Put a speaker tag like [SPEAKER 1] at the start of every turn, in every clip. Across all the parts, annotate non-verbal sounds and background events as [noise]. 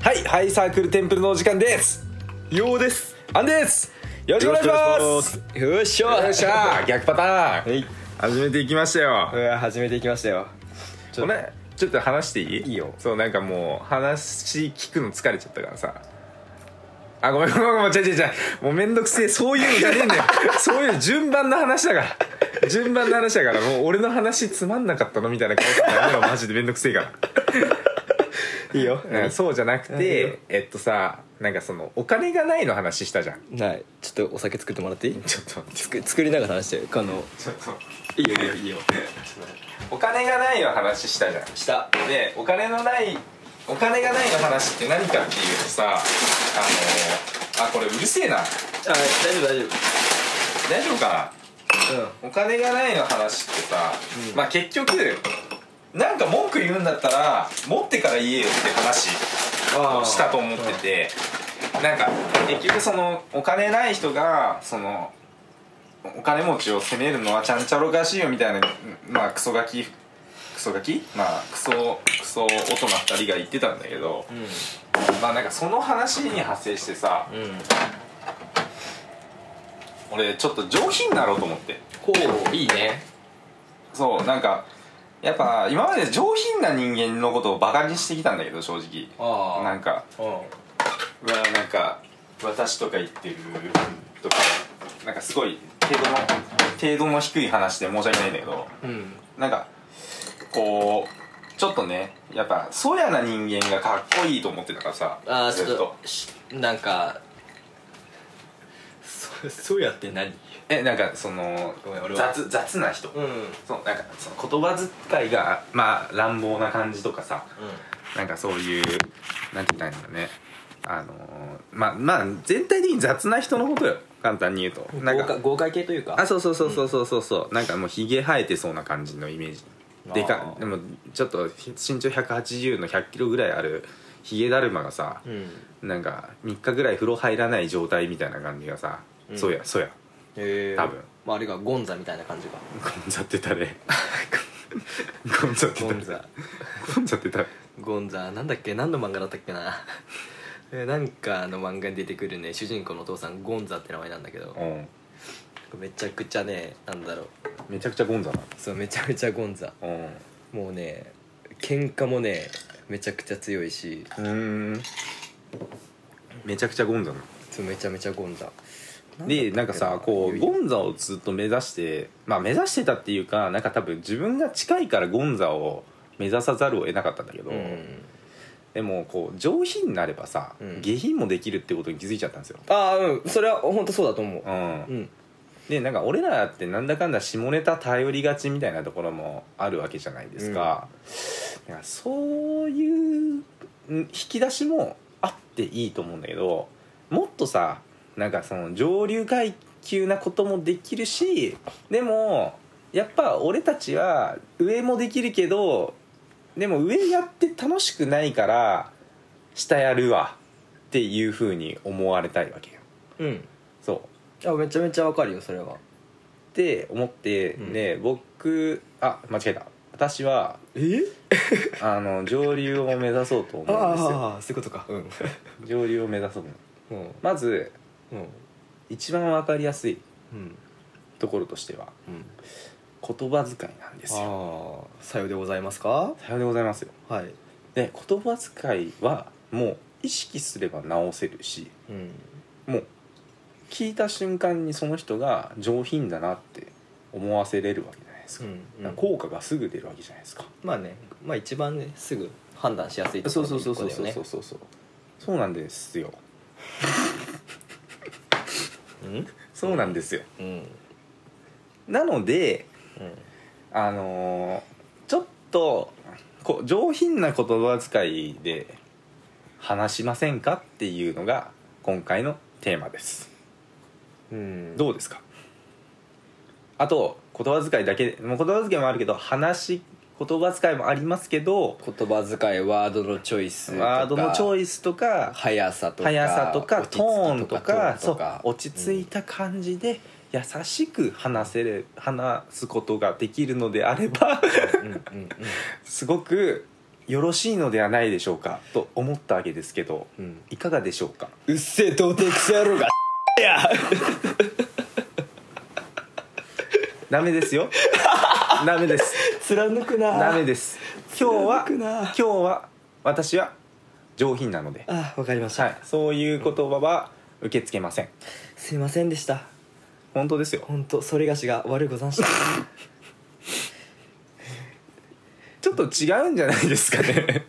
[SPEAKER 1] はいハイサークルテンプルのお時間です
[SPEAKER 2] ようです
[SPEAKER 1] アンですよろしくお願いします
[SPEAKER 2] よっしゃ
[SPEAKER 1] よっしゃ逆パターン
[SPEAKER 2] はい
[SPEAKER 1] 始めていきましたよ
[SPEAKER 2] うわ始めていきましたよ
[SPEAKER 1] これちょっと話していい
[SPEAKER 2] いいよ
[SPEAKER 1] そうなんかもう話聞くの疲れちゃったからさあごめんごめんごめん違う違う違うもうめんどくせえそういうのじゃねえ [laughs] んだよそういうの順番の話だから順番の話だからもう俺の話つまんなかったのみたいな顔とかやめろマジでめんどくせえから
[SPEAKER 2] いいよ
[SPEAKER 1] うんそうじゃなく
[SPEAKER 2] いいよ
[SPEAKER 1] てえっとさなんかそのお金がないの話したじゃん
[SPEAKER 2] はいちょっとお酒作ってもらっていい
[SPEAKER 1] ちょっと待って
[SPEAKER 2] つく作りながら話してあの
[SPEAKER 1] ちょっと
[SPEAKER 2] いいよいいよいいよ
[SPEAKER 1] [laughs] お金がないの話したじゃん
[SPEAKER 2] した
[SPEAKER 1] でお金のないお金がないの話って何かっていうとさあのあこれうるせえな
[SPEAKER 2] あ大丈夫大丈
[SPEAKER 1] 大丈夫か
[SPEAKER 2] 夫うん
[SPEAKER 1] なお金がないの話ってさ、まあ結局なんか文句言うんだったら持ってから言えよって話
[SPEAKER 2] あ
[SPEAKER 1] をしたと思っててなんか結局そのお金ない人がそのお金持ちを責めるのはちゃんちゃらおかしいよみたいなまあクソガキクソガキまあクソクソ大人2人が言ってたんだけど
[SPEAKER 2] う
[SPEAKER 1] まあなんかその話に発生してさ
[SPEAKER 2] んうん
[SPEAKER 1] 俺ちょっと上品になろうと思って
[SPEAKER 2] ほういいね
[SPEAKER 1] そうなんかやっぱ今まで上品な人間のことをバカにしてきたんだけど正直
[SPEAKER 2] あー
[SPEAKER 1] なんか
[SPEAKER 2] う
[SPEAKER 1] うわなんか私とか言ってるとかなんかすごい程度の程度の低い話で申し訳ないんだけど
[SPEAKER 2] んうん
[SPEAKER 1] なんかこうちょっとねやっぱそやな人間がかっこいいと思ってたからさ
[SPEAKER 2] ああ
[SPEAKER 1] ず
[SPEAKER 2] ち
[SPEAKER 1] っ
[SPEAKER 2] ょっとしなんかそそうやって何
[SPEAKER 1] えなんかその
[SPEAKER 2] ごめん俺は
[SPEAKER 1] 雑雑な人、
[SPEAKER 2] うん
[SPEAKER 1] そうなんかその言葉遣いがまあ乱暴な感じとかさなんかそういうなんて言ったらいいんだろうねあのーまあまあ全体的に雑な人のことよ簡単に言うと
[SPEAKER 2] うん
[SPEAKER 1] なん
[SPEAKER 2] 豪
[SPEAKER 1] か
[SPEAKER 2] 快豪快系というか
[SPEAKER 1] あそうそうそうそうそうそうそうなんかもうひげ生えてそうな感じのイメージ
[SPEAKER 2] あー
[SPEAKER 1] でかでもちょっと身長180の100キロぐらいあるひげだるまがさ
[SPEAKER 2] う、んへ
[SPEAKER 1] なんか3日ぐらい風呂入らない状態みたいな感じがさ、
[SPEAKER 2] うん
[SPEAKER 1] そうやそうや
[SPEAKER 2] え
[SPEAKER 1] 多分
[SPEAKER 2] まああれがゴンザみたいな感じが
[SPEAKER 1] ゴンザってたね
[SPEAKER 2] [laughs]
[SPEAKER 1] ゴンザってた
[SPEAKER 2] ゴ
[SPEAKER 1] ね
[SPEAKER 2] ンザ
[SPEAKER 1] ゴンザってたね
[SPEAKER 2] ゴンザなんだっけ何の漫画だったっけな [laughs] えなんかの漫画に出てくるね主人公のお父さんゴンザって名前なんだけど
[SPEAKER 1] うん
[SPEAKER 2] めちゃくちゃねなんだろう
[SPEAKER 1] めちゃくちゃゴンザな
[SPEAKER 2] そうめちゃめちゃゴンザ
[SPEAKER 1] うんう
[SPEAKER 2] もうね喧嘩もねめちゃくちゃ強いし
[SPEAKER 1] ーんめちゃくちゃゴンザな
[SPEAKER 2] そうめちゃめちゃゴンザ
[SPEAKER 1] でなんかさこう
[SPEAKER 2] ン
[SPEAKER 1] ゴンザをずっと目指してまあ目指してたっていうかなんか多分自分が近いからゴンザを目指さざるを得なかったんだけど、
[SPEAKER 2] うん
[SPEAKER 1] でもこう上品になればさ、
[SPEAKER 2] うん
[SPEAKER 1] 下品もできるってことに気づいちゃったんですよ、
[SPEAKER 2] ああうんそれは本当そうだと思う
[SPEAKER 1] うん
[SPEAKER 2] うん
[SPEAKER 1] でなんか俺らってなんだかんだ下ネタ頼りがちみたいなところもあるわけじゃないですか,、なんかそういうん引き出しもあっていいと思うんだけどもっとさなんかその上流階級なこともできるしでもやっぱ俺たちは上もできるけどでも上やって楽しくないから下やるわっていうふうに思われたいわけよ。
[SPEAKER 2] うん
[SPEAKER 1] そう
[SPEAKER 2] あめちゃめちゃわかるよそれは
[SPEAKER 1] って思って、
[SPEAKER 2] うん
[SPEAKER 1] で僕あ間違えた私は
[SPEAKER 2] え
[SPEAKER 1] あの上流を目指そうと思うんですよ
[SPEAKER 2] ああそういうことかうん [laughs]
[SPEAKER 1] 上流を目指そうと思う
[SPEAKER 2] も
[SPEAKER 1] まず
[SPEAKER 2] うも
[SPEAKER 1] 一番わかりやすい
[SPEAKER 2] うん
[SPEAKER 1] ところとしては
[SPEAKER 2] うん
[SPEAKER 1] 言葉遣いなんですよ
[SPEAKER 2] ああさようでございますか
[SPEAKER 1] さようでございますよ
[SPEAKER 2] はい
[SPEAKER 1] で言葉遣いはもう意識すれば直せるし
[SPEAKER 2] うん
[SPEAKER 1] もう聞いた瞬間にその人が上品だなって思わせれるわけじゃないですか,、
[SPEAKER 2] うん
[SPEAKER 1] 効果がすぐ出るわけじゃないですか
[SPEAKER 2] まあねまあ一番ねすぐ判断しやすいとこ
[SPEAKER 1] そう
[SPEAKER 2] ろ
[SPEAKER 1] そ
[SPEAKER 2] の
[SPEAKER 1] うそ
[SPEAKER 2] 一
[SPEAKER 1] うそ
[SPEAKER 2] 個
[SPEAKER 1] うそう
[SPEAKER 2] だよね
[SPEAKER 1] そうそうそうそうなんですよ
[SPEAKER 2] うん
[SPEAKER 1] そうなんですよ
[SPEAKER 2] うん
[SPEAKER 1] なので
[SPEAKER 2] うん
[SPEAKER 1] あのーちょっとこう上品な言葉遣いで話しませんかっていうのが今回のテーマです
[SPEAKER 2] うん
[SPEAKER 1] どうですかあと言葉遣いだけもう言葉遣いもあるけど話言葉遣いもありますけど
[SPEAKER 2] 言葉遣いワードのチョイスとか
[SPEAKER 1] ワードのチョイスとか
[SPEAKER 2] 速さとか
[SPEAKER 1] 速さとか
[SPEAKER 2] 落ち着き
[SPEAKER 1] トーンとか
[SPEAKER 2] トーンとか
[SPEAKER 1] そう落ち着いた感じで優しく話せる、
[SPEAKER 2] [laughs]
[SPEAKER 1] 話すことができるのであれば
[SPEAKER 2] うんうんうん
[SPEAKER 1] すごくよろしいのではないでしょうかと思ったわけですけど
[SPEAKER 2] うん
[SPEAKER 1] いかがでしょうか
[SPEAKER 2] うっせえ到底クソ野
[SPEAKER 1] [laughs]
[SPEAKER 2] 郎がや
[SPEAKER 1] ダメですよダメです
[SPEAKER 2] 貫くな
[SPEAKER 1] ダメ
[SPEAKER 2] [laughs]
[SPEAKER 1] です今日は
[SPEAKER 2] 貫くな
[SPEAKER 1] 今日は私は上品なので、
[SPEAKER 2] あわかりました、
[SPEAKER 1] はい、そういう言葉は受け付けません
[SPEAKER 2] すいませんでした
[SPEAKER 1] 本当ですよ
[SPEAKER 2] 本当それがしが悪いござんした
[SPEAKER 1] ちょっと違うんじゃないですかね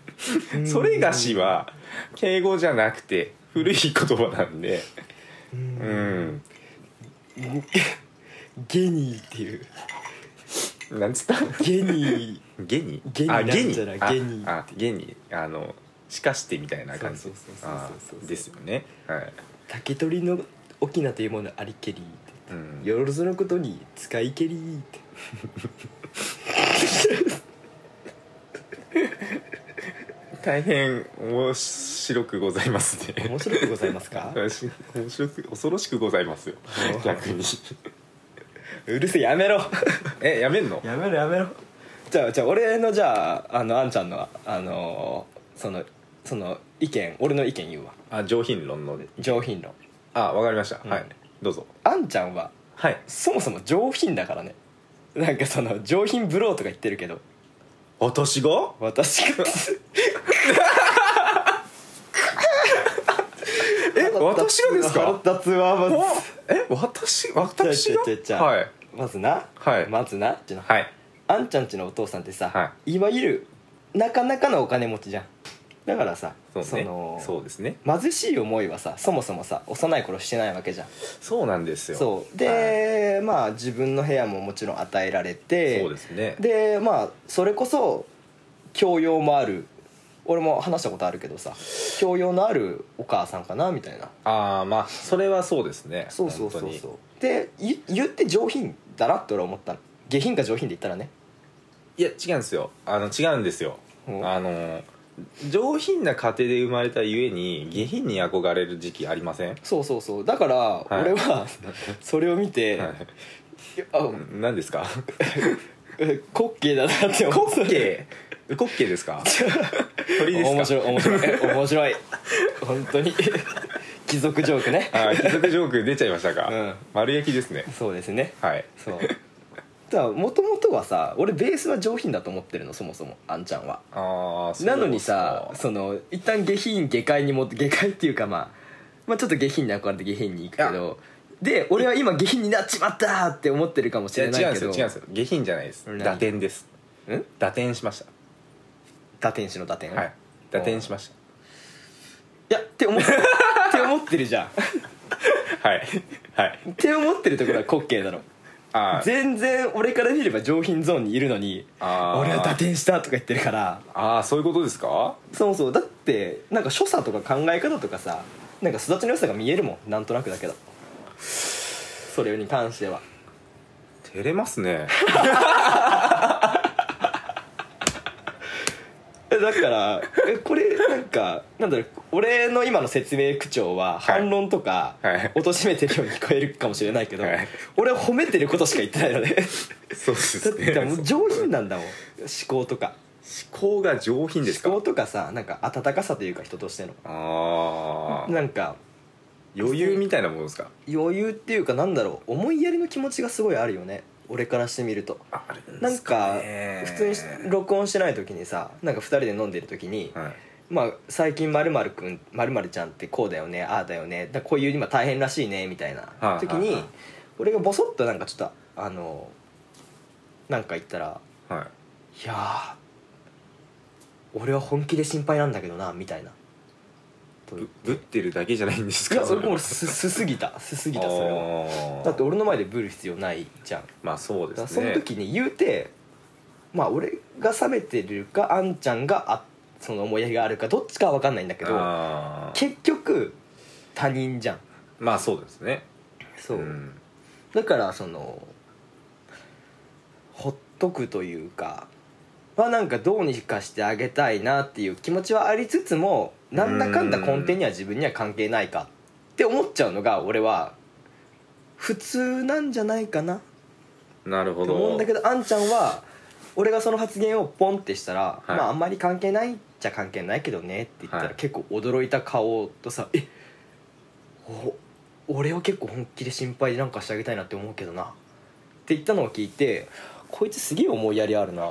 [SPEAKER 2] うん
[SPEAKER 1] それがしは敬語じゃなくて古い言葉なんで
[SPEAKER 2] う
[SPEAKER 1] うんん
[SPEAKER 2] ゲニーっていう
[SPEAKER 1] なんつった
[SPEAKER 2] ゲニー [laughs]
[SPEAKER 1] ゲニ
[SPEAKER 2] ゲニ
[SPEAKER 1] あゲ
[SPEAKER 2] なん
[SPEAKER 1] ニ
[SPEAKER 2] ちゃらゲニ
[SPEAKER 1] ああゲニあのしかしてみたいな感じ
[SPEAKER 2] そうそうそうそう
[SPEAKER 1] あ
[SPEAKER 2] そうそう
[SPEAKER 1] ですよねはい、
[SPEAKER 2] 竹取の翁というものありけり
[SPEAKER 1] う
[SPEAKER 2] っ
[SPEAKER 1] ん
[SPEAKER 2] てよろずのことに使いけりって
[SPEAKER 1] 大変面白くございますね
[SPEAKER 2] 面白くございます
[SPEAKER 1] [laughs]
[SPEAKER 2] か
[SPEAKER 1] 私面白く恐ろしくございますよ
[SPEAKER 2] お
[SPEAKER 1] 逆に
[SPEAKER 2] うるせえやめろ [laughs]
[SPEAKER 1] えやめんの
[SPEAKER 2] やめろやめろじゃあじゃあ俺のじゃああのあんちゃんのあのそのその意見俺の意見言うわ
[SPEAKER 1] あ上品論の
[SPEAKER 2] 上品論
[SPEAKER 1] あわかりました、
[SPEAKER 2] うん
[SPEAKER 1] はいどうぞ
[SPEAKER 2] あんちゃんは
[SPEAKER 1] はい
[SPEAKER 2] そもそも上品だからねなんかその上品ブローとか言ってるけど
[SPEAKER 1] 私が
[SPEAKER 2] 私が
[SPEAKER 1] [laughs] え私がですか
[SPEAKER 2] 腹立つわまず
[SPEAKER 1] おえ私私が
[SPEAKER 2] ちゃうちゃうちゃう
[SPEAKER 1] はい
[SPEAKER 2] まずな、
[SPEAKER 1] はい
[SPEAKER 2] まずなっていうの、
[SPEAKER 1] はい
[SPEAKER 2] あんちゃんちのお父さんってさ、、
[SPEAKER 1] はい
[SPEAKER 2] わゆるなかなかのお金持ちじゃんだからさ
[SPEAKER 1] そうね
[SPEAKER 2] の
[SPEAKER 1] そうですね
[SPEAKER 2] 貧しい思いはさそもそもさ幼い頃してないわけじゃん
[SPEAKER 1] そうなんですよ
[SPEAKER 2] そうで、まあ自分の部屋ももちろん与えられ
[SPEAKER 1] はい
[SPEAKER 2] て
[SPEAKER 1] そうですね
[SPEAKER 2] でまあそれこそ教養もある俺も話したことあるけどさ教養のあるお母さんかなみたいな
[SPEAKER 1] ああまあそれはそうですね
[SPEAKER 2] そうそうそ
[SPEAKER 1] 本当
[SPEAKER 2] う
[SPEAKER 1] に
[SPEAKER 2] そうでい言って上品だなって俺は思ったの下品か上品で言ったらね
[SPEAKER 1] いや違うんですよあの違うんですよ
[SPEAKER 2] うん
[SPEAKER 1] あの上品な家庭で生まれたゆえに下品に憧れる時期ありません
[SPEAKER 2] そうそうそうだから
[SPEAKER 1] い [laughs]
[SPEAKER 2] 俺はそれを見て、
[SPEAKER 1] はい
[SPEAKER 2] あ
[SPEAKER 1] 何ですか
[SPEAKER 2] え滑稽だなって思
[SPEAKER 1] コ
[SPEAKER 2] っ
[SPEAKER 1] ッ
[SPEAKER 2] た [laughs]
[SPEAKER 1] ケーコッケーですか鳥ですか
[SPEAKER 2] 面白い面白い面白い本当に貴族ジョークね
[SPEAKER 1] あー貴族ジョーク出ちゃいましたか、
[SPEAKER 2] うん
[SPEAKER 1] 丸焼きですね
[SPEAKER 2] そうですね
[SPEAKER 1] はい
[SPEAKER 2] そうだからもともとはさ俺ベースは上品だと思ってるのそもそもあんちゃんは
[SPEAKER 1] ああ
[SPEAKER 2] なのにさその一旦下品下界にも下界っていうかまあまあちょっと下品に憧れて下品に行くけどで俺は今下品になっちまったって思ってるかもし
[SPEAKER 1] 違う
[SPEAKER 2] れ
[SPEAKER 1] ん
[SPEAKER 2] ない
[SPEAKER 1] で
[SPEAKER 2] け
[SPEAKER 1] す
[SPEAKER 2] ど
[SPEAKER 1] よ違うんですよ下品じゃないです
[SPEAKER 2] 何
[SPEAKER 1] 打点です
[SPEAKER 2] ん
[SPEAKER 1] 打点しまし
[SPEAKER 2] 打天使の打天
[SPEAKER 1] たはい打点しまし
[SPEAKER 2] いやって思ってって思ってるじゃ
[SPEAKER 1] たはいはい
[SPEAKER 2] んって思ってるところは滑稽だろ
[SPEAKER 1] あー
[SPEAKER 2] 全然俺から見れば上品ゾーンにいるのに
[SPEAKER 1] あー
[SPEAKER 2] 俺は打点したとか言ってるから
[SPEAKER 1] あーそういうことですか
[SPEAKER 2] そうそうだってなんか所作とか考え方とかさなんか育ちの良さが見えるもんなんとなくだけどそれに関しては
[SPEAKER 1] 照れます
[SPEAKER 2] [laughs]
[SPEAKER 1] ね
[SPEAKER 2] えだからえこれなんかなんだろう俺の今の説明口調は
[SPEAKER 1] はい
[SPEAKER 2] 反論とか
[SPEAKER 1] はい
[SPEAKER 2] 貶としめてるように聞こえるかもしれないけど、
[SPEAKER 1] はい
[SPEAKER 2] 俺は褒めてることしか言ってない [laughs] のね
[SPEAKER 1] そうです
[SPEAKER 2] だってもう
[SPEAKER 1] そう
[SPEAKER 2] 上品なんだもん思考とか
[SPEAKER 1] 思考が上品ですか
[SPEAKER 2] 思考とかさなんか温かさというか人としての
[SPEAKER 1] ああ
[SPEAKER 2] なんか
[SPEAKER 1] 余裕みたいなものですか
[SPEAKER 2] 余裕っていうかなんだろう思いやりの気持ちがすごいあるよね俺からしてみると
[SPEAKER 1] あある
[SPEAKER 2] なんか
[SPEAKER 1] ね
[SPEAKER 2] 普通に録音してない時にさなんか2人で飲んでる時に
[SPEAKER 1] はい
[SPEAKER 2] 「まあ最近まるまるくんまるちゃんってこうだよねああだよねだこういう今大変らしいね」みたい
[SPEAKER 1] はい
[SPEAKER 2] な
[SPEAKER 1] はい
[SPEAKER 2] 時
[SPEAKER 1] は
[SPEAKER 2] に
[SPEAKER 1] い
[SPEAKER 2] 俺がボソッとなんかちょっとあのなんか言ったら
[SPEAKER 1] はい
[SPEAKER 2] 「いやー俺は本気で心配なんだけどな」みたいな。
[SPEAKER 1] ぶぶってるだけじゃないんです
[SPEAKER 2] い
[SPEAKER 1] か
[SPEAKER 2] や俺
[SPEAKER 1] れは
[SPEAKER 2] もうすすすぎたすすぎたそれは
[SPEAKER 1] あー
[SPEAKER 2] だって俺の前でブル必要ないじゃん
[SPEAKER 1] まあそう
[SPEAKER 2] だか
[SPEAKER 1] で
[SPEAKER 2] ら
[SPEAKER 1] す
[SPEAKER 2] そ
[SPEAKER 1] ね
[SPEAKER 2] の時に言うてまあ俺が冷めてるかあんちゃんがあその思いやりがあるかどっちかは分かんないんだけど
[SPEAKER 1] あー
[SPEAKER 2] 結局他人じゃん
[SPEAKER 1] まあそうですね
[SPEAKER 2] そう、
[SPEAKER 1] ん
[SPEAKER 2] だからそのほっとくというかまあなんかどうにかしてあげたいなっていう気持ちはありつつもなんだかんだ根底には自分には関係ないかって思っちゃうのが俺は普通なんじゃないかな
[SPEAKER 1] なるほ
[SPEAKER 2] と
[SPEAKER 1] ど
[SPEAKER 2] 思うんだけどあんちゃんは俺がその発言をポンってしたら、
[SPEAKER 1] はい
[SPEAKER 2] まああんまり関係ないじゃ関係ないけどねって言ったら、
[SPEAKER 1] はい
[SPEAKER 2] 結構驚いた顔とさ「えお俺は結構本気で心配でなんかしてあげたいなって思うけどな」って言ったのを聞いてこいつすげえ思いやりあるな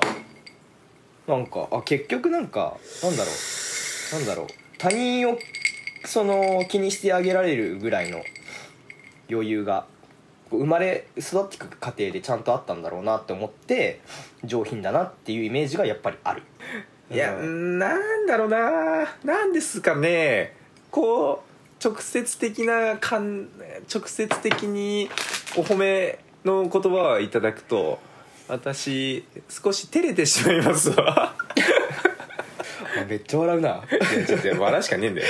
[SPEAKER 2] なんかあ結局なんかなんだろうなんだろう他人をその気にしてあげられるぐらいの余裕がこう生まれ育っていく過程でちゃんとあったんだろうなって思って上品だなっていうイメージがやっぱりある
[SPEAKER 1] いや、
[SPEAKER 2] う
[SPEAKER 1] なんだろうななんですかねこう直接的な感直接的にお褒めの言葉をいただくと私少し照れてしまいますわ
[SPEAKER 2] あめっちゃ笑うない
[SPEAKER 1] やちょっと笑うしかねえんだよ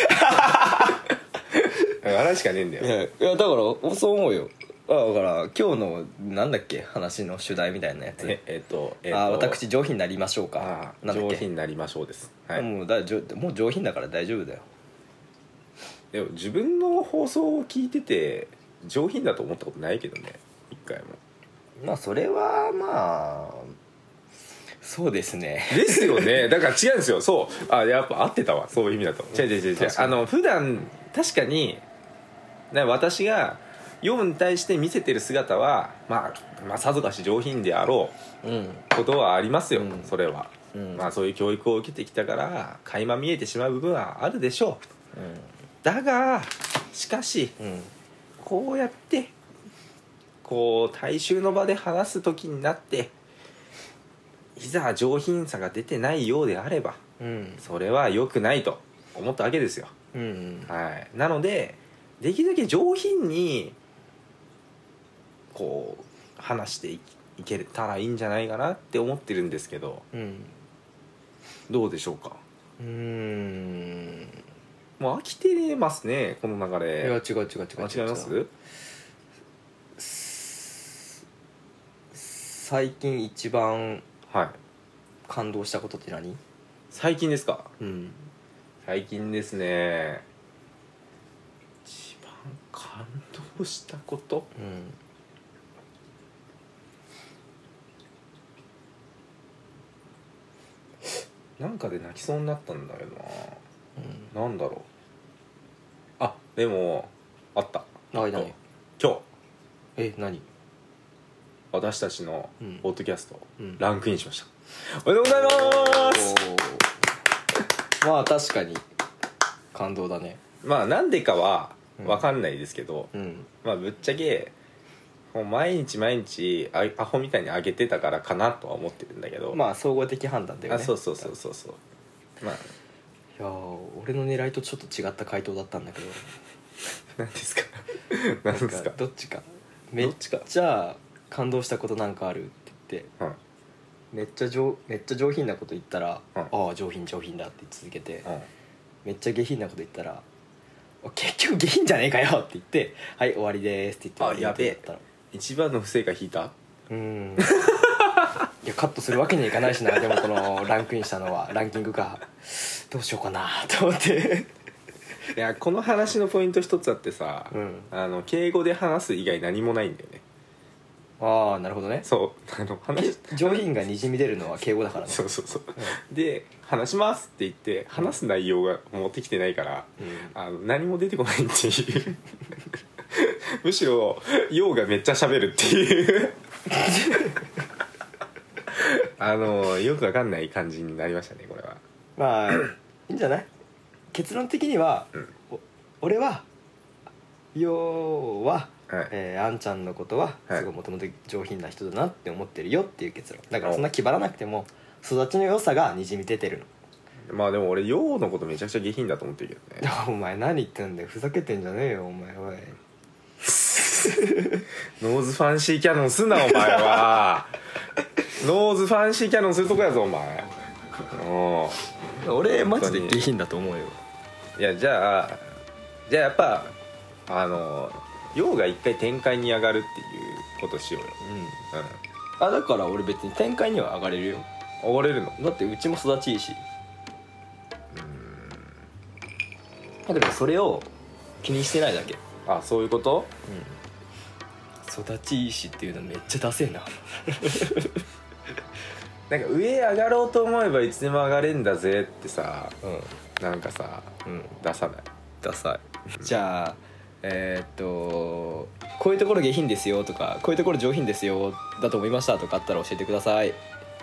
[SPEAKER 1] 笑うしかねえんだ
[SPEAKER 2] い
[SPEAKER 1] よ
[SPEAKER 2] やいやだからそう思うよあだから今日のなんだっけ話の主題みたいなやつ、
[SPEAKER 1] ええっと,、えっと
[SPEAKER 2] あ私上品になりましょうか
[SPEAKER 1] あ
[SPEAKER 2] なんだっ
[SPEAKER 1] 上
[SPEAKER 2] け
[SPEAKER 1] 品になりましょうです、はい、
[SPEAKER 2] もうだじょもう上品だから大丈夫だよ
[SPEAKER 1] でも自分の放送を聞いてて上品だと思ったことないけどね一回も
[SPEAKER 2] まあそれはまあそうですね
[SPEAKER 1] ですよ
[SPEAKER 2] [laughs]
[SPEAKER 1] ねだから違うんですよそうあやっぱ合ってたわそういう意味だと違う違う違う違う
[SPEAKER 2] 確か
[SPEAKER 1] あ
[SPEAKER 2] に
[SPEAKER 1] の普段確かにね私が4に対して見せてる姿は、まあ、まあさぞかし上品であろ
[SPEAKER 2] うん
[SPEAKER 1] うことはありますよ、
[SPEAKER 2] うん
[SPEAKER 1] それは、
[SPEAKER 2] うん
[SPEAKER 1] まあそういう教育を受けてきたから垣間見えてしまう部分はあるでしょうだがしかし
[SPEAKER 2] うんうん
[SPEAKER 1] こうやってこう大衆の場で話す時になっていざ上品さが出てないようであれば
[SPEAKER 2] うん
[SPEAKER 1] それは良くないと思ったわけですよ、
[SPEAKER 2] うん
[SPEAKER 1] はい、なのでできるだけ上品にこう話していいけたらいいんじゃないかなって思ってるんですけど
[SPEAKER 2] うん
[SPEAKER 1] どうでしょうか
[SPEAKER 2] うーん
[SPEAKER 1] もう飽きてますねこの流
[SPEAKER 2] いや
[SPEAKER 1] れ
[SPEAKER 2] 違う違う違う違う
[SPEAKER 1] 間違います
[SPEAKER 2] 最近一番
[SPEAKER 1] はい
[SPEAKER 2] 感動したことって何
[SPEAKER 1] 最近ですか
[SPEAKER 2] うん
[SPEAKER 1] 最近ですね一番感動したこと
[SPEAKER 2] うん
[SPEAKER 1] なんかで泣きそうになったんだよななんだろうあでもあった
[SPEAKER 2] 何何
[SPEAKER 1] 今日
[SPEAKER 2] え何
[SPEAKER 1] 私たちの
[SPEAKER 2] うん
[SPEAKER 1] ポッドキャスト、
[SPEAKER 2] うん
[SPEAKER 1] ランクインしましたおめでとうございます
[SPEAKER 2] おーまあ確かに感動だね
[SPEAKER 1] まあなんでかは
[SPEAKER 2] うん
[SPEAKER 1] わかんないですけど、
[SPEAKER 2] うん
[SPEAKER 1] まあぶっちゃけもう毎日毎日あアホみたいに上げてたからかなとは思ってるんだけど、
[SPEAKER 2] まあ総合的判断だよ
[SPEAKER 1] あ
[SPEAKER 2] ね
[SPEAKER 1] そうそうそうそうそうまあ
[SPEAKER 2] いやー俺の狙いとちょっと違った回答だったんだけど
[SPEAKER 1] 何ですか [laughs] 何ですか
[SPEAKER 2] どっちかめ
[SPEAKER 1] ど
[SPEAKER 2] っ
[SPEAKER 1] っちか
[SPEAKER 2] ちゃ感動したことなんかあるって言って
[SPEAKER 1] うん
[SPEAKER 2] めっちゃ上めっちゃ上品なこと言ったら、
[SPEAKER 1] うん
[SPEAKER 2] ああ上品上品だって言い続けて、
[SPEAKER 1] うん
[SPEAKER 2] めっちゃ下品なこと言ったらあ結局下品じゃねえかよって言ってはい終わりですって言って
[SPEAKER 1] あやべえ
[SPEAKER 2] 終わりって
[SPEAKER 1] 一番の不正解引いた
[SPEAKER 2] 言ったらうーんいやカットするわけにはいかないしなでもこのランクインしたのはランキングがどうしようかなと思って
[SPEAKER 1] いやこの話のポイント一つあってさ、
[SPEAKER 2] うん
[SPEAKER 1] あの敬語で話す以外何もないんだよね
[SPEAKER 2] ああなるほどね
[SPEAKER 1] そうあの話し
[SPEAKER 2] 上品がにじみ出るのは敬語だからね
[SPEAKER 1] そうそうそう、で話しますって言って話す内容が持ってきてないから、
[SPEAKER 2] うん
[SPEAKER 1] あの何も出てこないっていうむしろ陽がめっちゃ喋るっていう [laughs] あのよくわかんない感じになりましたねこれは
[SPEAKER 2] まあいいんじゃない結論的には、お俺は要は、
[SPEAKER 1] はい
[SPEAKER 2] えーあんちゃんのことは
[SPEAKER 1] はい
[SPEAKER 2] すごいもともと上品な人だなって思ってるよっていう結論だからそんな気張らなくても育ちの良さがにじみ出てるの
[SPEAKER 1] まあでも俺陽のことめちゃくちゃ下品だと思ってるけどね
[SPEAKER 2] お前何言ってんだよふざけてんじゃねえよお前おい
[SPEAKER 1] ノーズファンシーキャノンすんなお前はノーズファンシーキャノンするとこやぞお前うん
[SPEAKER 2] 俺マジで
[SPEAKER 1] 本当に
[SPEAKER 2] 下品だと思うよ
[SPEAKER 1] いやじゃあじゃあやっぱあの陽が一回展開に上がるっていうことしようよ、
[SPEAKER 2] うん
[SPEAKER 1] う
[SPEAKER 2] あだから俺別に展開には上がれるよ
[SPEAKER 1] ん、溺れるの
[SPEAKER 2] だってうちも育ちいいしだけどそれを気にしてないだけ
[SPEAKER 1] あそういうこと
[SPEAKER 2] 育ちいいしっていうのめっちゃダセえな
[SPEAKER 1] なんか上上がろうと思えばいつでも上がれんだぜってさ
[SPEAKER 2] うん
[SPEAKER 1] なんかさ
[SPEAKER 2] うん
[SPEAKER 1] 出さない
[SPEAKER 2] ダサいじゃあえーっとこういうところ下品ですよとかこういうところ上品ですよだと思いましたとかあったら教えてください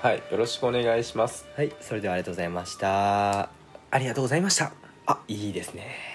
[SPEAKER 1] はいよろしくお願いします
[SPEAKER 2] はいそれではありがとうございました
[SPEAKER 1] ありがとうございました
[SPEAKER 2] あいいですね